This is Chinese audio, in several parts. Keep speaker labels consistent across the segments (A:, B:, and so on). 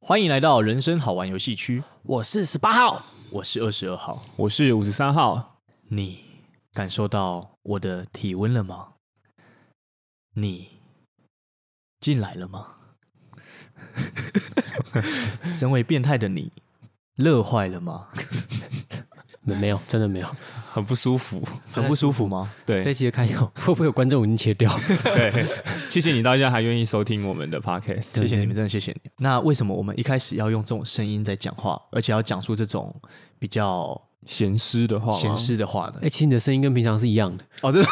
A: 欢迎来到人生好玩游戏区，
B: 我是十八号，
A: 我是二十二号。
C: 我是五十三号，
A: 你感受到我的体温了吗？你进来了 吗？身为变态的你，乐坏了吗？
B: 没有，真的没有。
C: 很不舒服。
A: 很不舒服吗？
C: 对
B: 这一集的开头会不会有观众已经 切掉？
C: 对，谢谢你到现在还愿意收听我们的 podcast。
A: 谢谢你们，真的谢谢你。那为什么我们一开始要用这种声音在讲话，而且要讲出这种比较
C: 闲诗的话吗，
A: 闲适的话呢
B: 哎、？其实你的声音跟平常是一样的。
A: 哦，真的，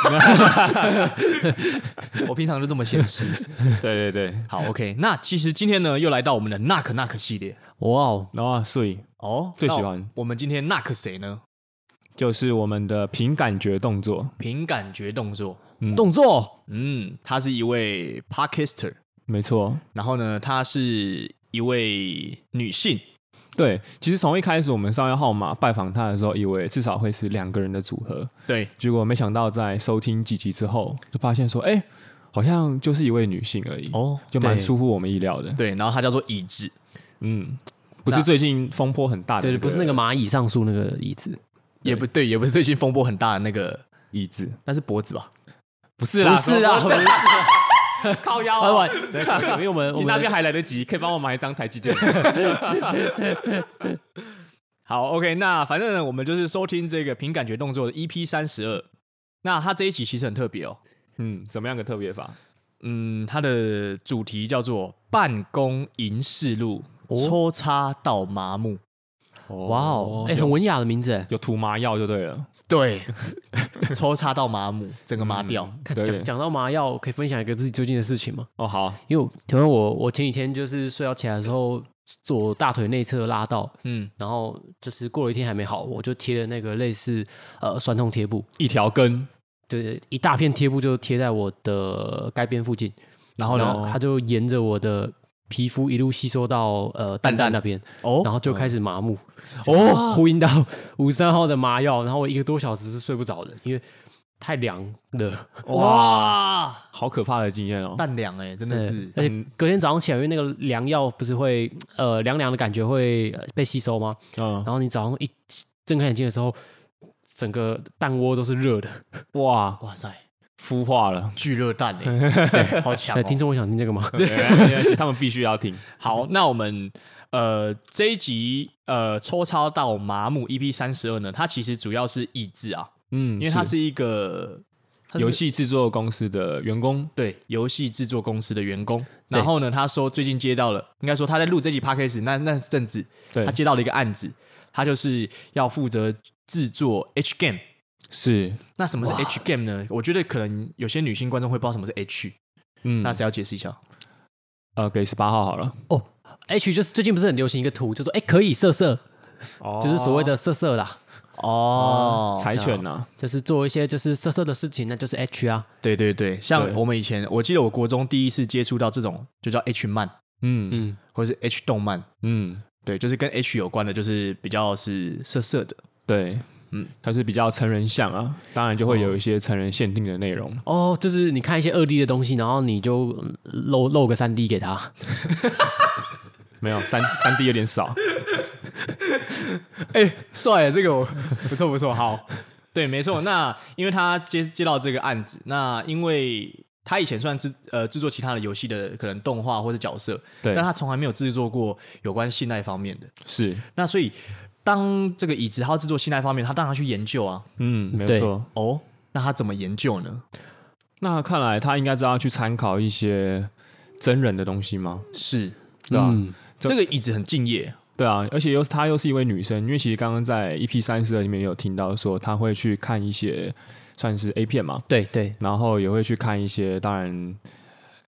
A: 我平常就这么闲适。
C: 对对对，
A: 好，OK。那其实今天呢，又来到我们的那可那可系列
B: 哇哦，
C: 然后啊所以
A: 哦。
C: 最喜
A: 那
C: 欢
A: 我们今天那可谁呢？
C: 就是我们的凭感觉动作，
A: 凭感觉动作。
B: 动作
A: 嗯，他是一位 podcaster，
C: 没错。
A: 然后呢，她是一位女性。
C: 对，其实从一开始我们商业号码拜访他的时候，以为至少会是两个人的组合，
A: 对，
C: 结果没想到在收听几集之后，就发现说，哎、好像就是一位女性而已，
A: 哦，
C: 就蛮
B: 对
C: 出乎我们意料的。
A: 对，然后她叫做乙志。
C: 嗯，不
A: 那
C: 是最近风波很大的、
B: 对对，不是那个蚂蚁上树那个椅子，
A: 也不对，也不是最近风波很大的那个，
C: 椅子，
A: 那是脖子吧？
C: 不是啦，
B: 不是啊，
C: 什
B: 不
C: 么
B: 是 啊，
C: 靠腰、
B: 完
C: 啊。
B: 完，因为我们我
C: 你那
B: 们
C: 边
B: 的
C: 还来得及，可以帮我买一张台积 电。
A: 好，OK，那反正呢，我们就是收听这个凭感觉动作的 EP 三十二。那它这一集其实很特别哦，
C: 嗯，怎么样个特别法？
A: 嗯，它的主题叫做“办公银饰路，抽插到麻木
B: 哇哦，哎、
C: 有
B: 很文雅的名字哎，
C: 有涂麻药就对了。”。
A: 对，抽插到麻木，整个麻掉。
B: 啊看
C: 嗯对
B: 讲讲到麻药，可以分享一个自己最近的事情吗？
C: 哦，好，
B: 因为我因为我我前几天就是睡觉起来的时候，左大腿内侧拉到，
A: 嗯，
B: 然后就是过了一天还没好，我就贴了那个类似呃酸痛贴布，
C: 一条根，
B: 对，一大片贴布就贴在我的该边附近，
A: 然后
B: 然
A: 呢？
B: 后它就沿着我的皮肤一路吸收到呃蛋
A: 蛋
B: 蛋那边，
A: 哦
B: 然后就开始麻木，
A: 哦，
B: 呼应到五三号的麻药，然后我一个多小时是睡不着的，因为太凉了，
A: 哇，
C: 好可怕的经验哦。
A: 蛋凉哎、真的是
B: 而且隔天早上起来，因为那个凉药不是会呃凉凉的感觉会呃被吸收吗？
C: 嗯，
B: 然后你早上一睁开眼睛的时候，整个蛋窝都是热的。
C: 哇，
A: 哇塞，
C: 孵化 了。
A: 巨热蛋 哎、对，好强、
B: 哎，
A: 哦！
B: 听众会想听这个吗？
C: 对，因 为他们必须要听。
A: 好，那我们呃这一集呃抽抄到麻木 EP 三十二呢，它其实主要是益智啊，
C: 嗯，
A: 因为它是一个它是
C: 游戏制作公司的员工。
A: 对游戏制作公司的员工。
B: 对
A: 然后呢，他说最近接到了，应该说他在录这集 podcast 那那阵子，
C: 对
A: 他，接到了一个案子，他就是要负责制作 H game。
C: 是，
A: 那什么是 H game 呢？我觉得可能有些女性观众会不知道什么是 H，
C: 嗯
A: 那谁要解释一下？
C: 呃，给十八号好了。
B: 哦，H 就是最近不是很流行一个图，就说哎可以色色，
C: 哦
B: 就是所谓的啊色色啦，
A: 哦
C: 柴犬呐，
B: 就是做一些就是色色的事情，那就是 H 啊。
A: 对对对，像
C: 对
A: 我们以前，我记得我国中第一次接触到这种，就叫 H 漫
C: 嗯
B: 嗯，
A: 或者是 H 动漫，
C: 嗯，
A: 对，就是跟 H 有关的，就是比较是色色的。
C: 对，
A: 嗯
C: 嗯，它是比较成人向啊，当然就会有一些成人限定的内容。
B: 哦，就是你看一些二 D 的东西，然后你就嗯露露个三 D 给他。
C: 没有三 三 D 有点少，
A: 哎、帅，这个我不错不错，好， 对，没错。那因为他接接到这个案子，那因为他以前算制呃制作其他的游戏的可能动画或者角色，
C: 对
A: 但他从来没有制作过有关信赖方面的。
C: 是，
A: 那所以当这个椅子他制作信赖方面，他当然去研究啊。
C: 嗯，没
B: 对
C: 错。
A: 哦，那他怎么研究呢？
C: 那看来他应该知道去参考一些真人的东西吗？
A: 是
C: 对啊，
B: 嗯
C: 这
A: 这个椅子很敬业，
C: 对啊，而且又她又是一位女生，因为其实刚刚在 EP 三十二里面也有听到说，她会去看一些算是 A 片嘛，
B: 对对，
C: 然后也会去看一些当然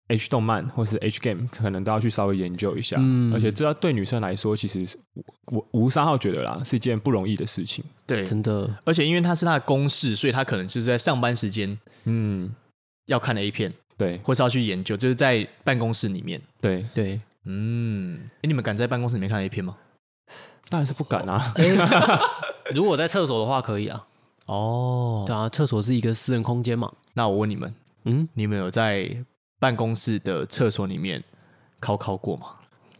C: H 动漫或是 H game，可能都要去稍微研究一下。
B: 嗯
C: 而且这对女生来说，其实是我我吴三号觉得啦，是一件不容易的事情。
A: 对
B: 真的
A: 而且因为他是他的公事，所以他可能就是在上班时间
C: 嗯，
A: 要看 A 片，
C: 对
A: 或是要去研究，就是在办公室里面。
C: 对，
B: 对。
A: 嗯，诶你们敢在办公室里面看 A 片吗？
C: 当然是不敢啊。
B: 哎 如果在厕所的话可以啊，
A: 哦，
B: 对啊，厕所是一个私人空间嘛。
A: 那我问你们，
B: 嗯，
A: 你们有在办公室的厕所里面考考过吗？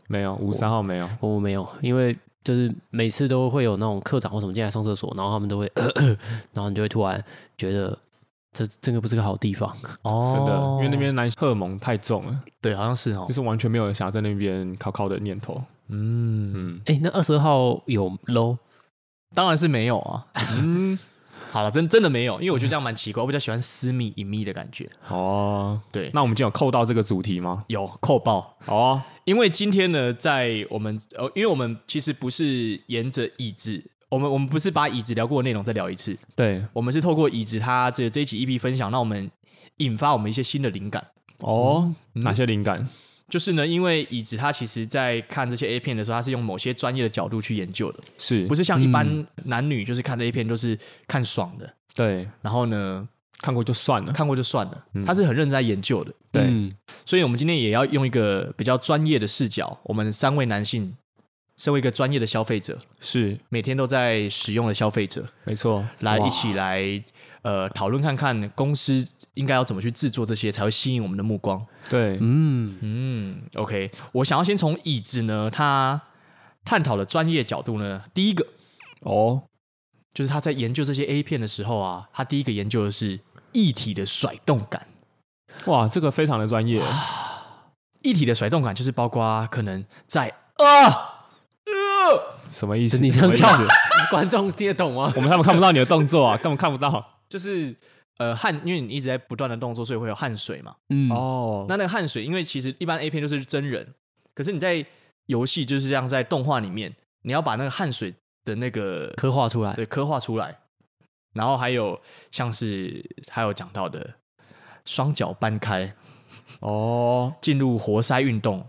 C: 没有五三号没有，
B: 我没有，因为就是每次都会有那种科长或什么进来上厕所，然后他们都会 然后你就会突然觉得这这个不是个好地方。
A: 哦
C: 真的，因为那边男荷尔蒙太重了，
A: 对，好像是哦
C: 就，是完全没有想在那边考考的念头。
A: 嗯，
C: 嗯
B: 哎、那二十号有 low
A: 当然是没有啊。
C: 嗯，
A: 好了，真真的没有，因为我觉得这样蛮奇怪，我比较喜欢私密隐秘的感觉。
C: 哦，
A: 对，
C: 那我们今天有扣到这个主题吗？
A: 有扣爆，
C: 哦，
A: 因为今天呢，在我们呃，因为我们其实不是沿着椅子，我们我们不是把椅子聊过的内容再聊一次，
C: 对，
A: 我们是透过椅子他这这一集 EP 分享，让我们引发我们一些新的灵感。
C: 哦，哪些灵感？
A: 就是呢，因为椅子他其实在看这些 A 片的时候，他是用某些专业的角度去研究的，
C: 是
A: 不是像一般男女就是看 A 片都是看爽的，
C: 对，
A: 然后呢
C: 看过就算了。
A: 看过就算了，他是很认真在研究的。
C: 对，
B: 嗯
A: 所以我们今天也要用一个比较专业的视角，我们三位男性，身为一个专业的消费者，
C: 是
A: 每天都在使用的消费者，
C: 没错。
A: 来
B: 哇
A: 一起来呃讨论看看公司应该要怎么去制作这些，才会吸引我们的目光。
C: 对，
B: 嗯，
A: 嗯，OK，我想要先从椅子呢，他探讨的专业角度呢，第一个
C: 哦，
A: 就是他在研究这些 A 片的时候啊，他第一个研究的是液体的甩动感。
C: 哇，这个非常的专业。
A: 液体的甩动感就是包括可能在啊。呃
C: 什么意思？
B: 你这样
C: 什
B: 叫
C: 么意思
B: 观众听得懂吗？
C: 我们他们看不到你的动作啊，根 本看不到。
A: 就是呃汗，因为你一直在不断的动作，所以会有汗水嘛。
B: 嗯，
C: 哦
A: 那那个汗水，因为其实一般 A 片就是真人，可是你在游戏就是这样，在动画里面，你要把那个汗水的那个
B: 刻画出来，
A: 对刻画出来，然后还有像是还有讲到的双脚搬开，
C: 哦，
A: 进入活塞运动，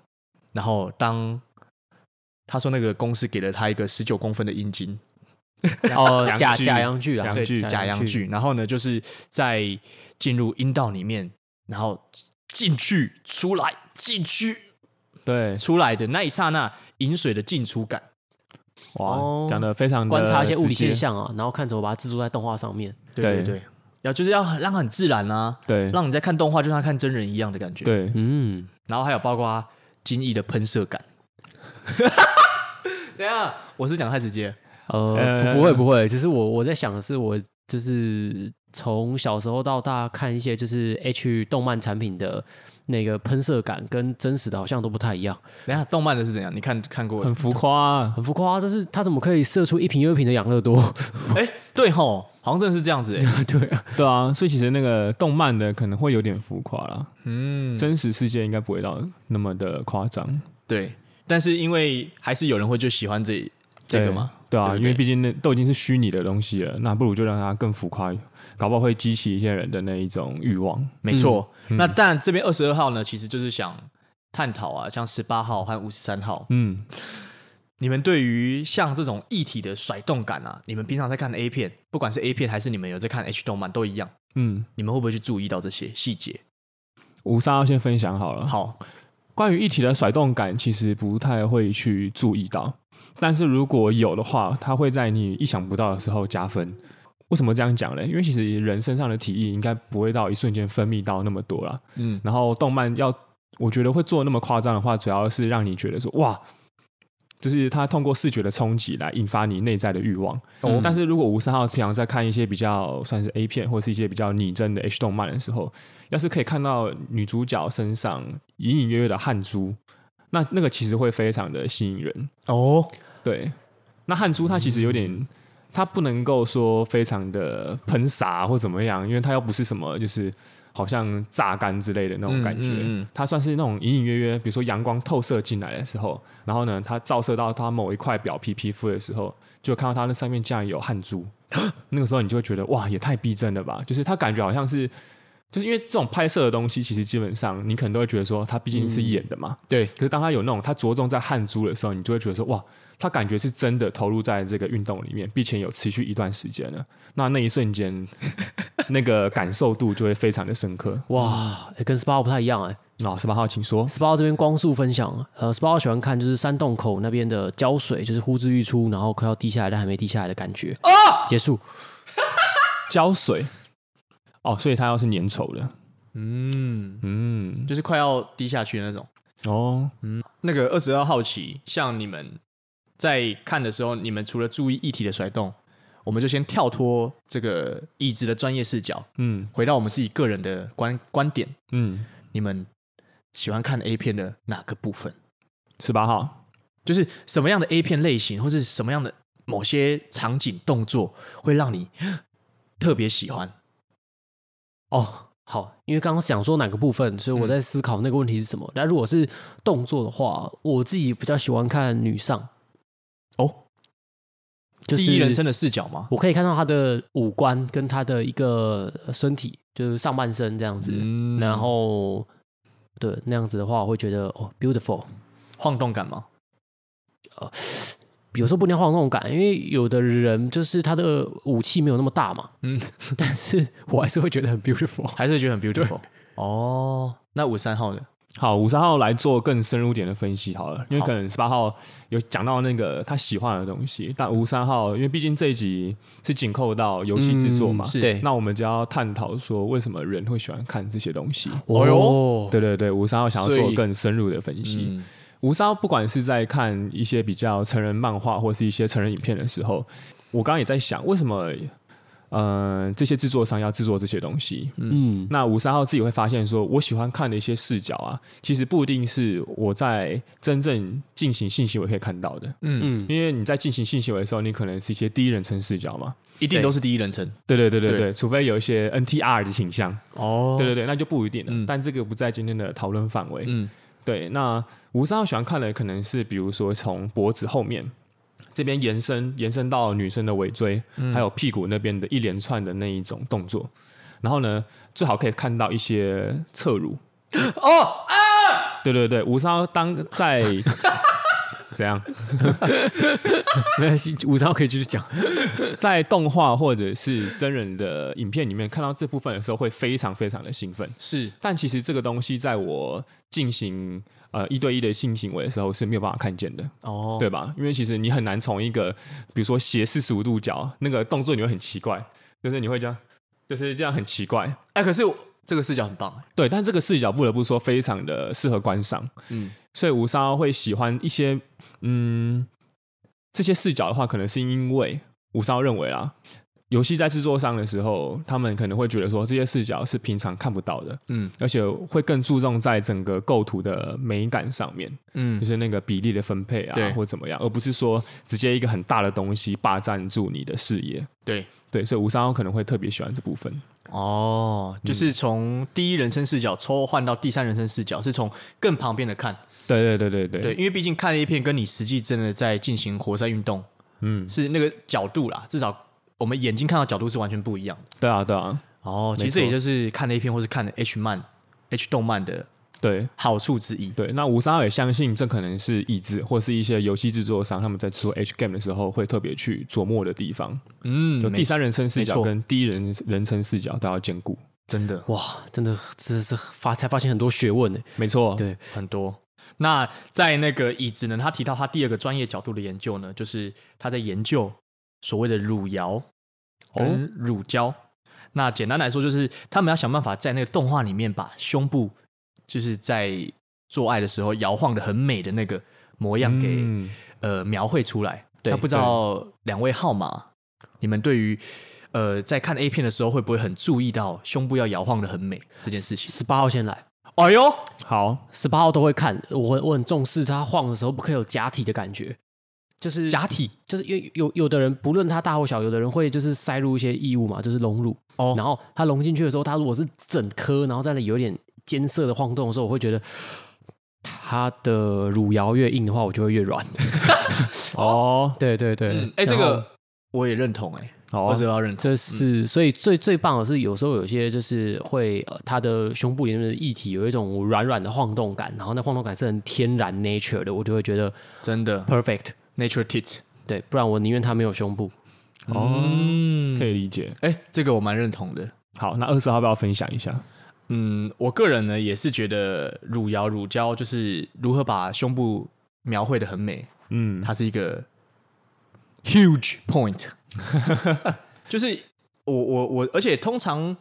A: 然后当。他说：“那个公司给了他一个十九公分的阴茎，
B: 哦，
C: 洋
B: 假
C: 具
B: 假阳具啊，
C: 洋
A: 对，
C: 具
A: 假阳
B: 洋具
A: 具。然后呢，就是在进入阴道里面，然后进去、出来、进去、
C: 对，
A: 出来的那一刹那，饮水的进出感，
B: 哦
C: 哇，讲的非常地
B: 观察一些物理
C: 直接
B: 现，象啊，然后看怎么把它制作在动画上面。
A: 对对
C: 对
A: 对，要就是要很让很自然啊，
C: 对
A: 让你在看动画就像看真人一样的感觉。，
C: 对，
B: 嗯，
A: 然后还有包括精益的喷射感。 等一下，我是讲得太直接了，
B: 呃，
C: 呃
B: 不不会不会，只是我我在想的是，我就是从小时候到大看一些就是 H 动漫产品的那个喷射感，跟真实的好像都不太一样，
A: 等一下动漫的是怎样？你看看过的？
C: 很浮夸啊。
B: 很浮夸啊。但是它怎么可以射出一瓶又一瓶的养乐多？
A: 哎、对吼，好像真的是这样子、欸。
B: 对啊，
C: 对啊，所以其实那个动漫的可能会有点浮夸啦，
A: 嗯，
C: 真实世界应该不会到那么的夸张。
A: 对。但是因为还是有人会就喜欢这这个
C: 对
A: 嘛，？
C: 对
A: 对
C: 啊，
A: 不对
C: 因为毕竟那都已经是虚拟的东西了，那不如就让它更浮夸，搞不好会激起一些人的那一种欲望。
A: 没错。那但这边二十二号呢，其实就是想探讨啊，像十八号和五十三号，
C: 嗯，
A: 你们对于像这种液体的甩动感啊，你们平常在看 A 片，不管是 A 片还是你们有在看 H 动漫都一样，
C: 嗯，
A: 你们会不会去注意到这些细节？
C: 吴莎要先分享好了。
A: 好，
C: 关于一体的甩动感，其实不太会去注意到，但是如果有的话，它会在你意想不到的时候加分。为什么这样讲呢？因为其实人身上的体液应该不会到一瞬间分泌到那么多啦。
A: 嗯，
C: 然后动漫要，我觉得会做那么夸张的话，主要是让你觉得说哇，就是它通过视觉的冲击来引发你内在的欲望。
A: 哦
C: 但是如果吴三号平常在看一些比较算是 A 片或是一些比较拟真的 H 动漫的时候，要是可以看到女主角身上隐隐约约的汗珠，那那个其实会非常的吸引人。
A: 哦，
C: 对，那汗珠它其实有点，
A: 嗯
C: 它不能够说非常的喷洒或怎么样，因为它又不是什么就是好像榨干之类的那种感觉，
A: 嗯嗯嗯
C: 它算是那种隐隐约约，比如说阳光透射进来的时候，然后呢，它照射到它某一块表皮皮肤的时候，就看到它那上面竟然有汗 珠，那个时候你就会觉得哇，也太逼真了吧，就是它感觉好像是。就是因为这种拍摄的东西，其实基本上你可能都会觉得说，它毕竟
A: 嗯
C: 是演的嘛，
A: 对，
C: 可是当他有那种他着重在汗珠的时候，你就会觉得说哇，他感觉是真的投入在这个运动里面，并且有持续一段时间了。那那一瞬 间，那个感受度就会非常的深刻。
B: 哇，欸跟 SPA 不太一样哎、
C: 啊，十八号，请说。
B: SPA 这边光速分享，呃，SPA 喜欢看就是山洞口那边的胶水，就是呼之欲出，然后快要滴下来但还没滴下来的感觉。结束。
C: 胶水哦，所以它要是粘稠的，
A: 嗯，
C: 嗯，
A: 就是快要滴下去的那种，
C: 哦，
A: 那个二十二号棋，像你们在看的时候，你们除了注意议题的甩动，我们就先跳脱这个椅子的专业视角，
C: 嗯
A: 回到我们自己个人的观观点。
C: 嗯，
A: 你们喜欢看 A 片的哪个部分？
C: 十八号，
A: 就是什么样的 A 片类型，或是什么样的某些场景动作，会让你特别喜欢？
B: 哦，好，因为刚刚想说哪个部分，所以我
A: 嗯
B: 在思考那个问题是什么。那、如果是动作的话，我自己比较喜欢看女上，
A: 哦，
B: 就是
A: 第一人称的视角吗？
B: 我可以看到她的五官跟她的一个身体，就是上半身这样子。
A: 嗯
B: 然后，对那样子的话，我会觉得哦，beautiful。
A: 晃动感吗？
B: 有时候不一定要晃动感，因为有的人就是他的武器没有那么大嘛，
A: 嗯，
B: 但是我还是会觉得很 beautiful。
A: 还是觉得很 beautiful？哦，那五三号呢？
C: 好，五十号来做更深入一点的分析好了，因为可能十八号有讲到那个他喜欢的东西，但五三号因为毕竟这一集是紧扣到游戏制作嘛，
A: 嗯是
B: 对
C: 那我们就要探讨说为什么人会喜欢看这些东西。
A: 哦
B: 哟，
C: 对对对，五三号想要
A: 所
C: 做
A: 以嗯
C: 更深入的分析。，吴烧不管是在看一些比较成人漫画或是一些成人影片的时候，我刚刚也在想，为什么呃这些制作商要制作这些东西？
B: 嗯，
C: 那五三号自己会发现说，我喜欢看的一些视角啊，其实不一定是我在真正进行性行为可以看到的。
A: 嗯嗯，
B: 嗯
C: 因为你在进行性行为的时候，你可能是一些第一人称视角嘛，
A: 一定都是第一人称
C: 对对对对
A: 对
C: 对，除非有一些 NTR 的倾向，
A: 哦
C: 对对对，那就不一定了。
A: 嗯
C: 但这个不在今天的讨论范围。
A: 嗯
C: 对，那五十号喜欢看的可能是比如说从脖子后面这边延伸延伸到女生的尾椎，
A: 嗯
C: 还有屁股那边的一连串的那一种动作。然后呢，最好可以看到一些侧乳。
A: 哦，
C: 对对对，五十号当 在怎样
B: 没关系，五三可以继续讲。
C: 在动画或者是真人的影片里面看到这部分的时候，会非常非常的兴奋。
A: 是
C: 但其实这个东西在我进行呃一对一的性行为的时候是没有办法看见的。
A: 哦，
C: 对吧？因为其实你很难从一个，比如说斜四十五度角那个动作，你会很奇怪，就是你会这样，就是这样很奇怪。
A: 哎，可是我这个视角很棒，
C: 对，但这个视角不得不说非常的适合观赏，
A: 嗯
C: 所以吴莎会喜欢一些，嗯，这些视角的话，可能是因为吴莎认为啦，游戏在制作上的时候，他们可能会觉得说这些视角是平常看不到的，
A: 嗯
C: 而且会更注重在整个构图的美感上面。就
A: 嗯，
C: 是那个比例的分配
A: 对
C: 啊，或怎么样，而不是说直接一个很大的东西霸占住你的视野。
A: 对，
C: 对，所以吴三号可能会特别喜欢这部分。
A: 哦，就是从第一人称视角抽换到第三人称视角，是从更旁边的看，
C: 对对对对
A: 对，，因为毕竟看 A 片跟你实际真的在进行活塞运动
C: 嗯，
A: 是那个角度啦，至少我们眼睛看到角度是完全不一样的。
C: 对啊对啊，
A: 哦，其实
C: 没错
A: 这也就是看 A 片或是看 H 漫、H 动漫的
C: 对
A: 好处之一。
C: 对。那吴三号也相信，这可能是意志或是一些游戏制作商他们在做 H game 的时候会特别去琢磨的地方。
A: 嗯
C: 有第三
A: 人
C: 人称视
A: 没
C: 角
A: 错
C: 跟第一人人称视角都要兼顾。
A: 真的
B: 哇，真的，真的是发才发现很多学问呢。
C: 没错，
B: 对
A: 很多。那在那个椅子呢，他提到他第二个专业角度的研究呢，就是他在研究所谓的乳窑跟乳胶。那简单来说，就是他们要想办法在那个动画里面把胸部，就是在做爱的时候摇晃的很美的那个模样给、
C: 嗯
A: 呃描绘出来。
B: 对
A: 那不知道两位号码，你们对于呃在看 A 片的时候会不会很注意到胸部要摇晃的很美这件事情？
B: 十八号先来，
A: 哎呦，
C: 好，
B: 十八号都会看，我我很重视他晃的时候不可以有假体的感觉，就是
A: 假体
B: 就是因为有有的人不论他大或小，有的人会就是塞入一些异物嘛，就是隆乳。
A: 哦
B: 然后它隆进去的时候，它如果是整颗，然后在那里有点艰涩的晃动的时候，我会觉得它的乳窑越硬的话，我就会越软。
C: 哦，
B: 对对对，
A: 嗯，哎、这
B: 然后
A: 个我也认同、哎，
C: 好
A: 我
C: 啊
A: 只，要认同，
B: 这是所以最最棒的是，有时候有些就是会呃它的胸部里面的液体有一种软软的晃动感，然后那晃动感是很天然 nature 的，我就会觉得
A: 真的
B: perfect。
A: nature tit，
B: 对，不然我宁愿它没有胸部。
C: 哦，
A: 嗯
C: 可，以理解。
A: 哎、这个我蛮认同的。
C: 好，那二十号要不要分享一下？
A: 嗯，我个人呢也是觉得乳窑、乳胶就是如何把胸部描绘的很美，
C: 嗯，
A: 它是一个 huge point，就是我我我，而且通常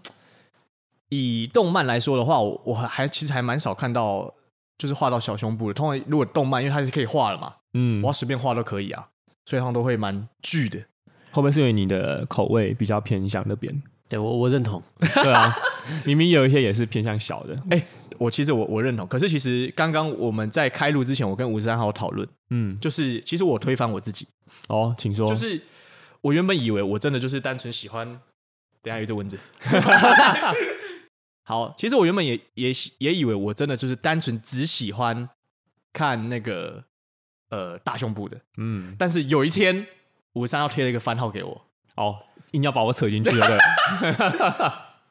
A: 以动漫来说的话，我我还其实还蛮少看到就是画到小胸部的。通常如果动漫，因为它是可以画的嘛，
C: 嗯，
A: 我要
C: 会
A: 随便画都可以啊，所以他们都会蛮巨的。
C: 不会是因为你的口味比较偏向那边？
B: 对我我认同，
C: 对啊，明明有一些也是偏向小的，
A: 哎、我其实我我认同，可是其实刚刚我们在开录之前，我跟吴三好讨论，
C: 嗯，
A: 就是其实我推翻我自己，
C: 哦，请说，
A: 就是我原本以为我真的就是单纯喜欢，等一下有一只蚊子。好，其实我原本也也喜也以为我真的就是单纯只喜欢看那个呃大胸部的，
C: 嗯，
A: 但是有一天吴三号贴了一个番号给我，
C: 哦，硬要把我扯进 去了，对，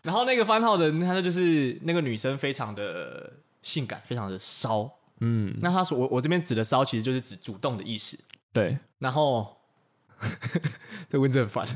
A: 然后那个番号的他就是那个女生非常的性感，非常的骚，
C: 嗯，
A: 那他说我我这边指的骚，其实就是指主动的意识。
C: 对，
A: 然后这蚊子很烦，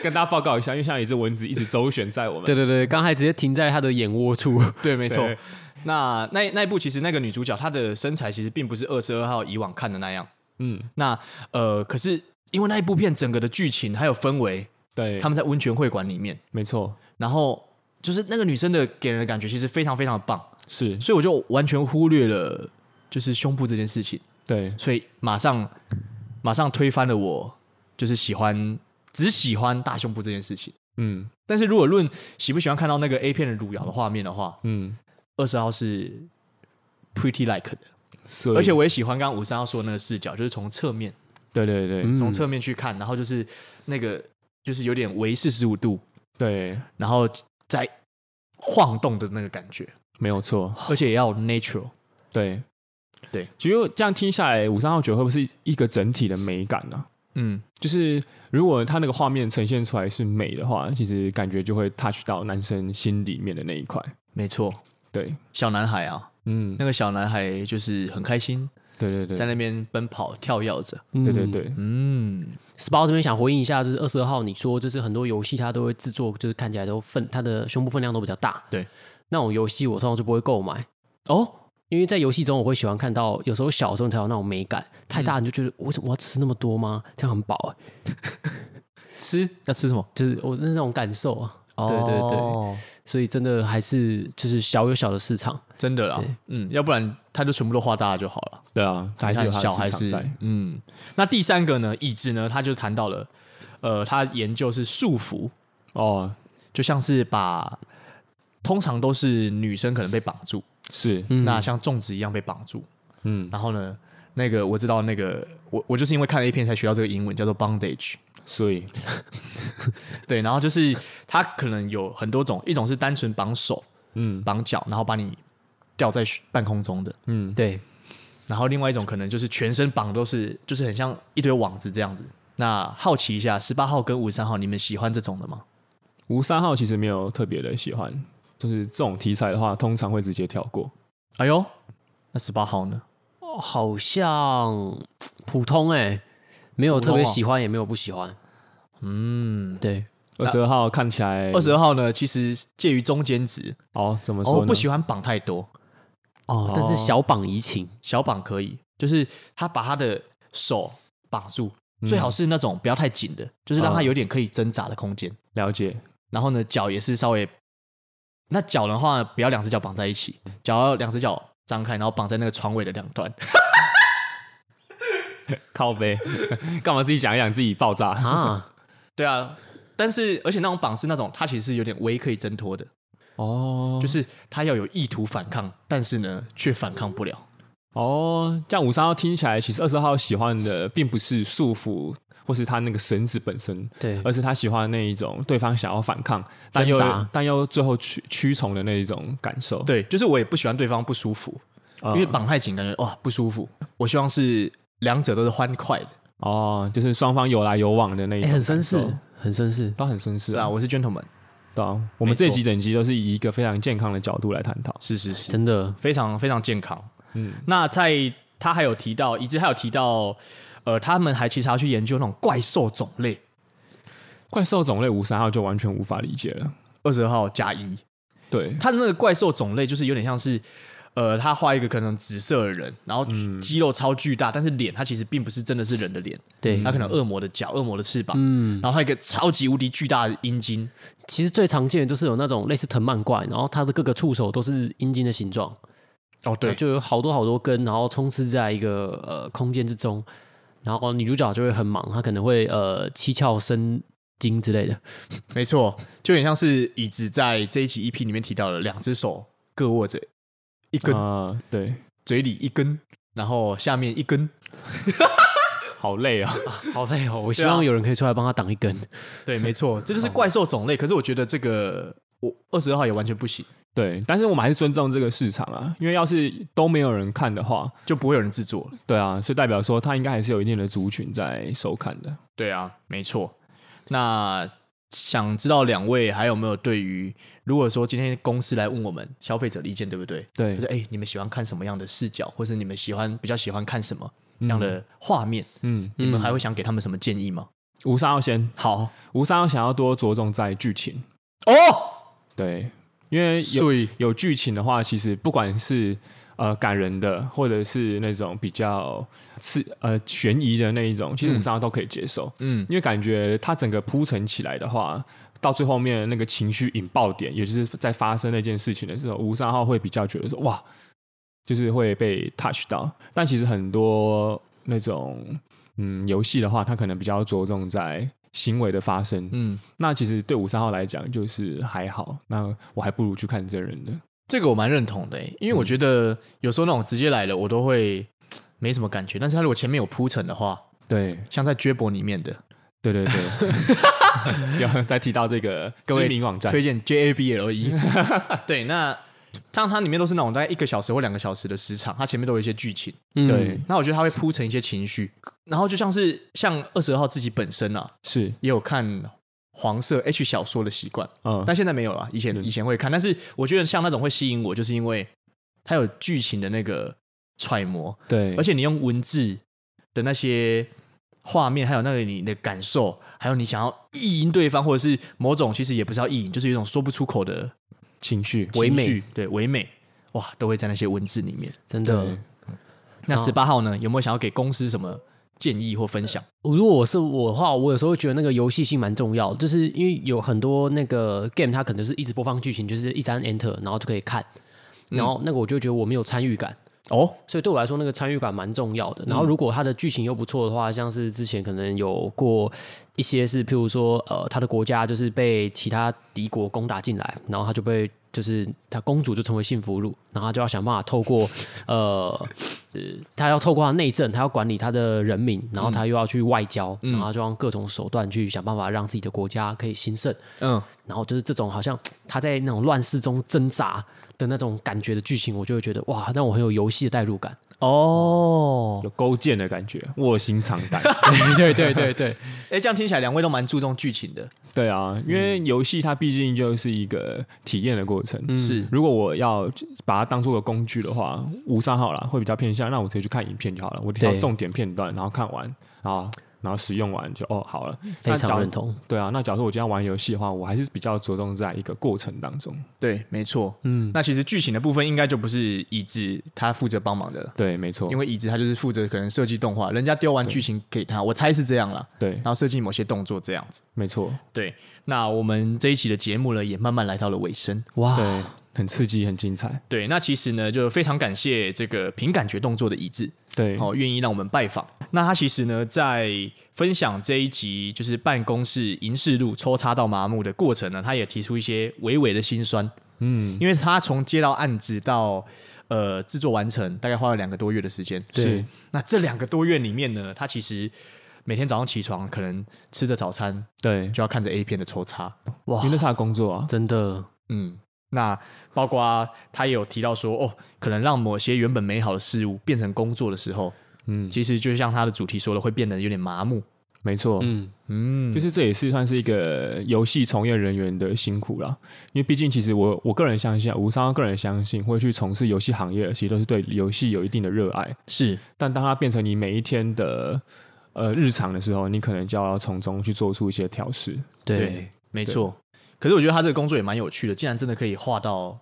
C: 跟大家报告一下，因为像一只蚊子一直周旋在我们，
B: 对对对，刚才直接停在他的眼窝处，
A: 对，没错
C: 对。
A: 那那那一部其实那个女主角她的身材其实并不是二十二号以往看的那样。
C: 嗯，
A: 那呃，可是因为那一部片整个的剧情还有氛围，
C: 对，
A: 他们在温泉会馆里面，
C: 没错，
A: 然后就是那个女生的给人的感觉其实非常非常的棒，
C: 是
A: 所以我就完全忽略了就是胸部这件事情。
C: 对，
A: 所以马上马上推翻了我，就是喜欢只喜欢大胸部这件事情。
C: 嗯
A: 但是如果论喜不喜欢看到那个 A 片的乳窑的画面的话，
C: 嗯，
A: 二十号是 pretty like 的，
C: 所以
A: 而且我也喜欢刚刚五三号说的那个视角，就是从侧面
C: 对对对、
B: 嗯
A: 从侧面去看，然后就是那个就是有点围四十五度，
C: 对，
A: 然后在晃动的那个感觉，
C: 没有错，
A: 而且也要 natural。
C: 对
A: 对，
C: 其实这样听下来，五三号九会不会是一个整体的美感啊呢、
A: 嗯，
C: 就是如果它那个画面呈现出来是美的话，其实感觉就会 touch 到男生心里面的那一块，
A: 没错，
C: 对，
A: 小男孩啊，
C: 嗯，
A: 那个小男孩就是很开心，
C: 对对
A: 在那
C: 对，
A: 边奔跑跳跃着。
C: 对对对，
A: 嗯，
B: Spa 这边想回应一下，就是二十二号，你说就是很多游戏它都会制作，就是看起来都分它的胸部分量都比较大。
A: 对，
B: 那种游戏我通常就不会购买，
A: 哦，
B: 因为在游戏中我会喜欢看到，有时候小的时候你才有那种美感，太
A: 嗯
B: 大你就觉得为什么我要吃那么多吗？这样很饱、欸，
A: 吃要吃什么？
B: 就是我那种感受啊。
A: 哦
B: 对对对，所以真的还是就是小有小的市场。
A: 真的啦
B: 对，
A: 嗯，要不然他就全部都画大了就好了。
C: 对啊，它还
A: 你
C: 是有
A: 看
C: 它的
A: 小孩
C: 市场
A: 是
C: 在，
A: 嗯，那第三个呢，椅子呢，他就谈到了，呃，他研究是束缚，
C: 哦，
A: 就像是把，通常都是女生可能被绑住，
C: 是，
B: 嗯
A: 那像粽子一样被绑住，
C: 嗯，
A: 然后呢，那个我知道那个我我就是因为看了一篇才学到这个英文叫做 bondage，
C: 所以
A: 对，然后就是它可能有很多种，一种是单纯绑手
C: 嗯
A: 绑脚，然后把你吊在半空中的，
C: 嗯，
B: 对，
A: 然后另外一种可能就是全身绑都是，就是很像一堆网子这样子。那好奇一下，十八号跟五十三号，你们喜欢这种的吗？
C: 吴三号其实没有特别的喜欢，就是这种题材的话，通常会直接跳过。
A: 哎呦，那十八号呢？
B: 好像普通哎、没有
A: 普通
B: 特别
A: 哦
B: 喜欢，也没有不喜欢。
A: 嗯，
B: 对，
C: 二十二号看起来，
A: 二十二号呢，其实介于中间值，
C: 哦，怎么说呢？
A: 哦，不喜欢绑太多，
B: 哦，但是小绑怡 情，
A: 小绑可以，就是他把他的手绑住，
C: 嗯
A: 最好是那种不要太紧的，就是让他
C: 嗯
A: 有点可以挣扎的空间。
C: 了解，
A: 然后呢，脚也是稍微，那脚的话不要两只脚绑在一起，脚要两只脚张开，然后绑在那个床尾的两端。
C: 靠背， 干嘛自己讲一讲自己爆炸？
B: 啊，
A: 对啊，但是而且那种绑是那种，它其实是有点微可以挣脱的，
C: 哦，
A: 就
C: 就是
A: 是它要有意图反抗，但是呢却反抗不了。
C: 哦，这样五三号听起来，其实二十号喜欢的并不是束缚，或是他那个绳子本身，
B: 对，
C: 而是他喜欢那一种对方想要反抗，但又
B: 挣扎
C: 但又最后屈屈从的那一种感受。，
A: 对，就是我也不喜欢对方不舒服，
C: 啊
A: 因为绑太紧感觉哇不舒服。我希望是两者都是欢快的。
C: 哦，就是双方有来有往的那一
B: 哎、
C: 种，
B: 很绅士，，很绅士。
C: 都很绅士
A: 是啊，
C: 啊。
A: 我是 gentleman，
C: 对啊，我们这几整集都是以一个非常健康的角度来探讨。
A: 是是是，
B: 真的，
A: 非常非常健康。
C: 嗯，
A: 那在他还有提到，以及还有提到，呃，他们还其实还要去研究那种怪兽种类。
C: 怪兽种类五三号就完全无法理解了。
A: 二十号加一，
C: 对，
A: 他的那个怪兽种类就是有点像是，呃，他画一个可能紫色的人，然后肌肉超巨大，但是脸他其实并不是真的是人的脸，
B: 对
A: 他，可能恶魔的脚、恶魔的翅膀，
B: 嗯，
A: 然后他一个超级无敌巨大的阴茎，
B: 其实最常见的就是有那种类似藤蔓怪，然后它的各个触手都是阴茎的形状，
A: 哦，对，
B: 就有好多好多根，然后充斥在一个呃空间之中，然后女主角就会很忙，她可能会呃七窍生筋之 类的。
A: 没错，就有点像是椅子在这一期 EP 里面提到的，两只手各握着一根，
C: 啊，对，
A: 嘴里一根，然后下面一根。
C: 好累啊，
B: 好累哦，我希
A: 对啊
B: 望有人可以出来帮她挡一根。
A: 对，没错，这就是怪兽种类。可是我觉得这个我二十二号也完全不行，
C: 对，但是我们还是尊重这个市场啊，因为要是都没有人看的话，
A: 就不会有人制作了。
C: 对啊，所以代表说它应该还是有一定的族群在收看的。
A: 对啊，没错。那想知道两位还有没有对于，如果说今天公司来问我们消费者的意见，对不对？
C: 对
A: 就是哎、你们喜欢看什么样的视角，或是你们喜欢比较喜欢看什么样的画面？
C: 嗯，
A: 你们还会想给他们什么建议吗？
C: 吴三要先，
A: 好
C: 吴三要想要多着重在剧情，
A: 哦，
C: 对，因为有
A: 所以
C: 有剧情的话，其实不管是呃感人的，或者是那种比较刺呃悬疑的那一种，其实
A: 嗯
C: 吴三要都可以接受，
A: 嗯，
C: 因为感觉它整个铺陈起来的话。到最后面那个情绪引爆点，也就是在发生那件事情的时候，吴三号会比较觉得说哇，就是会被 touch 到。但其实很多那种嗯游戏的话，它可能比较着重在行为的发生，
A: 嗯，
C: 那其实对五三号来讲，就是还好。那我还不如去看真人的。
A: 这个我蛮认同的欸，因为我
C: 嗯
A: 觉得有时候那种直接来了，我都会没什么感觉。但是他如果前面有铺陈的话，
C: 对，
A: 像在 Jabo 里面的，
C: 对对对。 要再提到这个
A: 各位
C: 知名网站
A: 推，荐 JABLE。对，E 那像它里面都是那种大概一个小时或两个小时的时长，它前面都有一些剧情。
B: 嗯
C: 对，
A: 那我觉得它会铺成一些情绪，然后就像是像二十二号自己本身啊，
C: 是
A: 也有看黄色 H 小说的习惯，
C: 嗯
A: 但现在没有了。以前
C: 嗯
A: 以前会看，但是我觉得像那种会吸引我，就是因为它有剧情的那个揣摩，
C: 对，
A: 而且你用文字的那些画面，还有那个你的感受，还有你想要意淫对方，或者是某种其实也不是要意淫，就是有一种说不出口的
C: 情绪
B: 唯
A: 情
B: 美
A: 绪，对唯美，哇，都会在那些文字里面。
B: 真
C: 对
B: 的。
A: 那
B: 哦
A: 十八号呢，有没有想要给公司什么建议或分享？
B: 我如果我是我的话，我有时候会觉得那个游戏性蛮重要的，就是因为有很多那个 game 它可能就是一直播放剧情，就是一直按 enter 然后就可以看，
A: 嗯
B: 然后那个我就觉得我没有参与感，
A: 哦，
B: 所以对我来说那个参与感蛮重要的。然后如果它的剧情又不错的话，像是之前可能有过一些是，譬如说呃，他的国家就是被其他敌国攻打进来，然后他就被。就是他公主就成为幸福乳，然后他就要想办法透过呃他要透过他内政，他要管理他的人民，然后他又要去外交，然后他就用各种手段去想办法让自己的国家可以兴盛。
A: 嗯，
B: 然后就是这种好像他在那种乱世中挣扎的那种感觉的剧情，我就会觉得哇，让我很有游戏的代入感。
A: 哦，
C: 有勾践的感觉，卧薪尝胆。
A: 对对对对，哎，这样听起来两位都蛮注重剧情的，
C: 对啊，因为游戏它毕竟就是一个体验的过程。
A: 是
C: 如果我要把它当做个工具的话，无三号啦，会比较偏向，那我直接去看影片就好了。我挑
B: 对
C: 重点片段，然后看完，然后然后使用完就哦好了。
B: 非
C: 那假
B: 常
C: 如
B: 认同，
C: 对啊，那假如说我今天要玩游戏的话，我还是比较着重在一个过程当中。
A: 对，没错。
B: 嗯，
A: 那其实剧情的部分应该就不是椅子他负责帮忙的了。
C: 对，没错，
A: 因
C: 为
A: 为椅子他就是负责可能设计动画，人家丢完剧情给他，我猜是这样啦，
C: 对
A: 然，后设计某些动作这样子。
C: 没错，
A: 对，那我们这一期的节目呢，也慢慢来到了尾声。
B: 哇，
C: 对，很刺激，很精彩，
A: 对，那其实呢，就非常感谢这个凭感觉动作的椅子，
C: 对，
A: 哦，愿意让我们拜访。那他其实呢，在分享这一集就是办公室银饰路抽插到麻木的过程呢，他也提出一些微微的辛酸，
C: 嗯，
A: 因为他从接到案子到呃制作完成，大概花了两个多月的时间。
B: 对
A: 是，那这两个多月里面呢，他其实每天早上起床，可能吃着早餐
C: 对，
A: 就要看着 A 片的抽插，
C: 因为那是他的工作啊，
B: 真的，
A: 嗯。那包括他也有提到说，哦，可能让某些原本美好的事物变成工作的时候，
C: 嗯，
A: 其实就像他的主题说的，会变得有点麻木。
C: 没错，
B: 嗯，
A: 嗯，
C: 就是这也是算是一个游戏从业人员的辛苦啦，因为毕竟其实我我个人相信啊，吴商个人相信会去从事游戏行业的，其实都是对游戏有一定的热爱，
A: 是
C: 但当它变成你每一天的呃日常的时候，你可能就要从中去做出一些调试。
B: 对，
A: 没错。可是我觉得他这个工作也蛮有趣的，竟然真的可以画到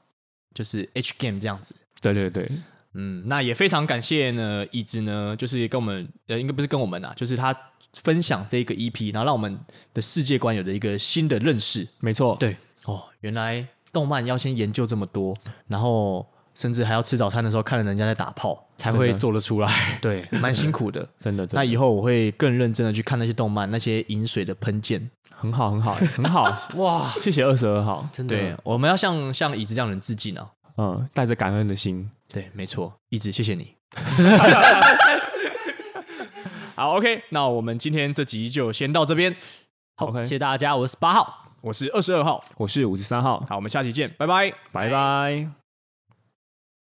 A: 就是 H game 这样子。
C: 对对对，
A: 嗯，那也非常感谢呢，椅子呢，就是跟我们呃，应该不是跟我们啊，就是他分享这个 EP，然后让我们的世界观有了一个新的认识。
C: 没错，
B: 对
A: 哦，原来动漫要先研究这么多，然后甚至还要吃早餐的时候看着人家在打炮，
B: 才
C: 真
B: 会
C: 的
B: 做得出来。
A: 对，蛮辛苦 的。
C: 真的，真
A: 那
C: 的
A: 以后我会更认真的去看那些动漫，那些饮水的喷溅。
C: 很好，很好，很好，
B: 哇，
C: 谢谢二十二号，
B: 真
A: 对
B: 的，，
A: 我们要向向椅子这样的人致敬啊！
C: 嗯，带着感恩的心。
A: 对，没错，椅子，谢谢你。 好，OK，那我们今天这集就先到这边。
B: 好，
C: OK
B: 谢谢大家，我是八号。
A: 我是二十二号，
C: 我是五十三号，
A: 好，我们下期见，拜拜。
C: 拜拜。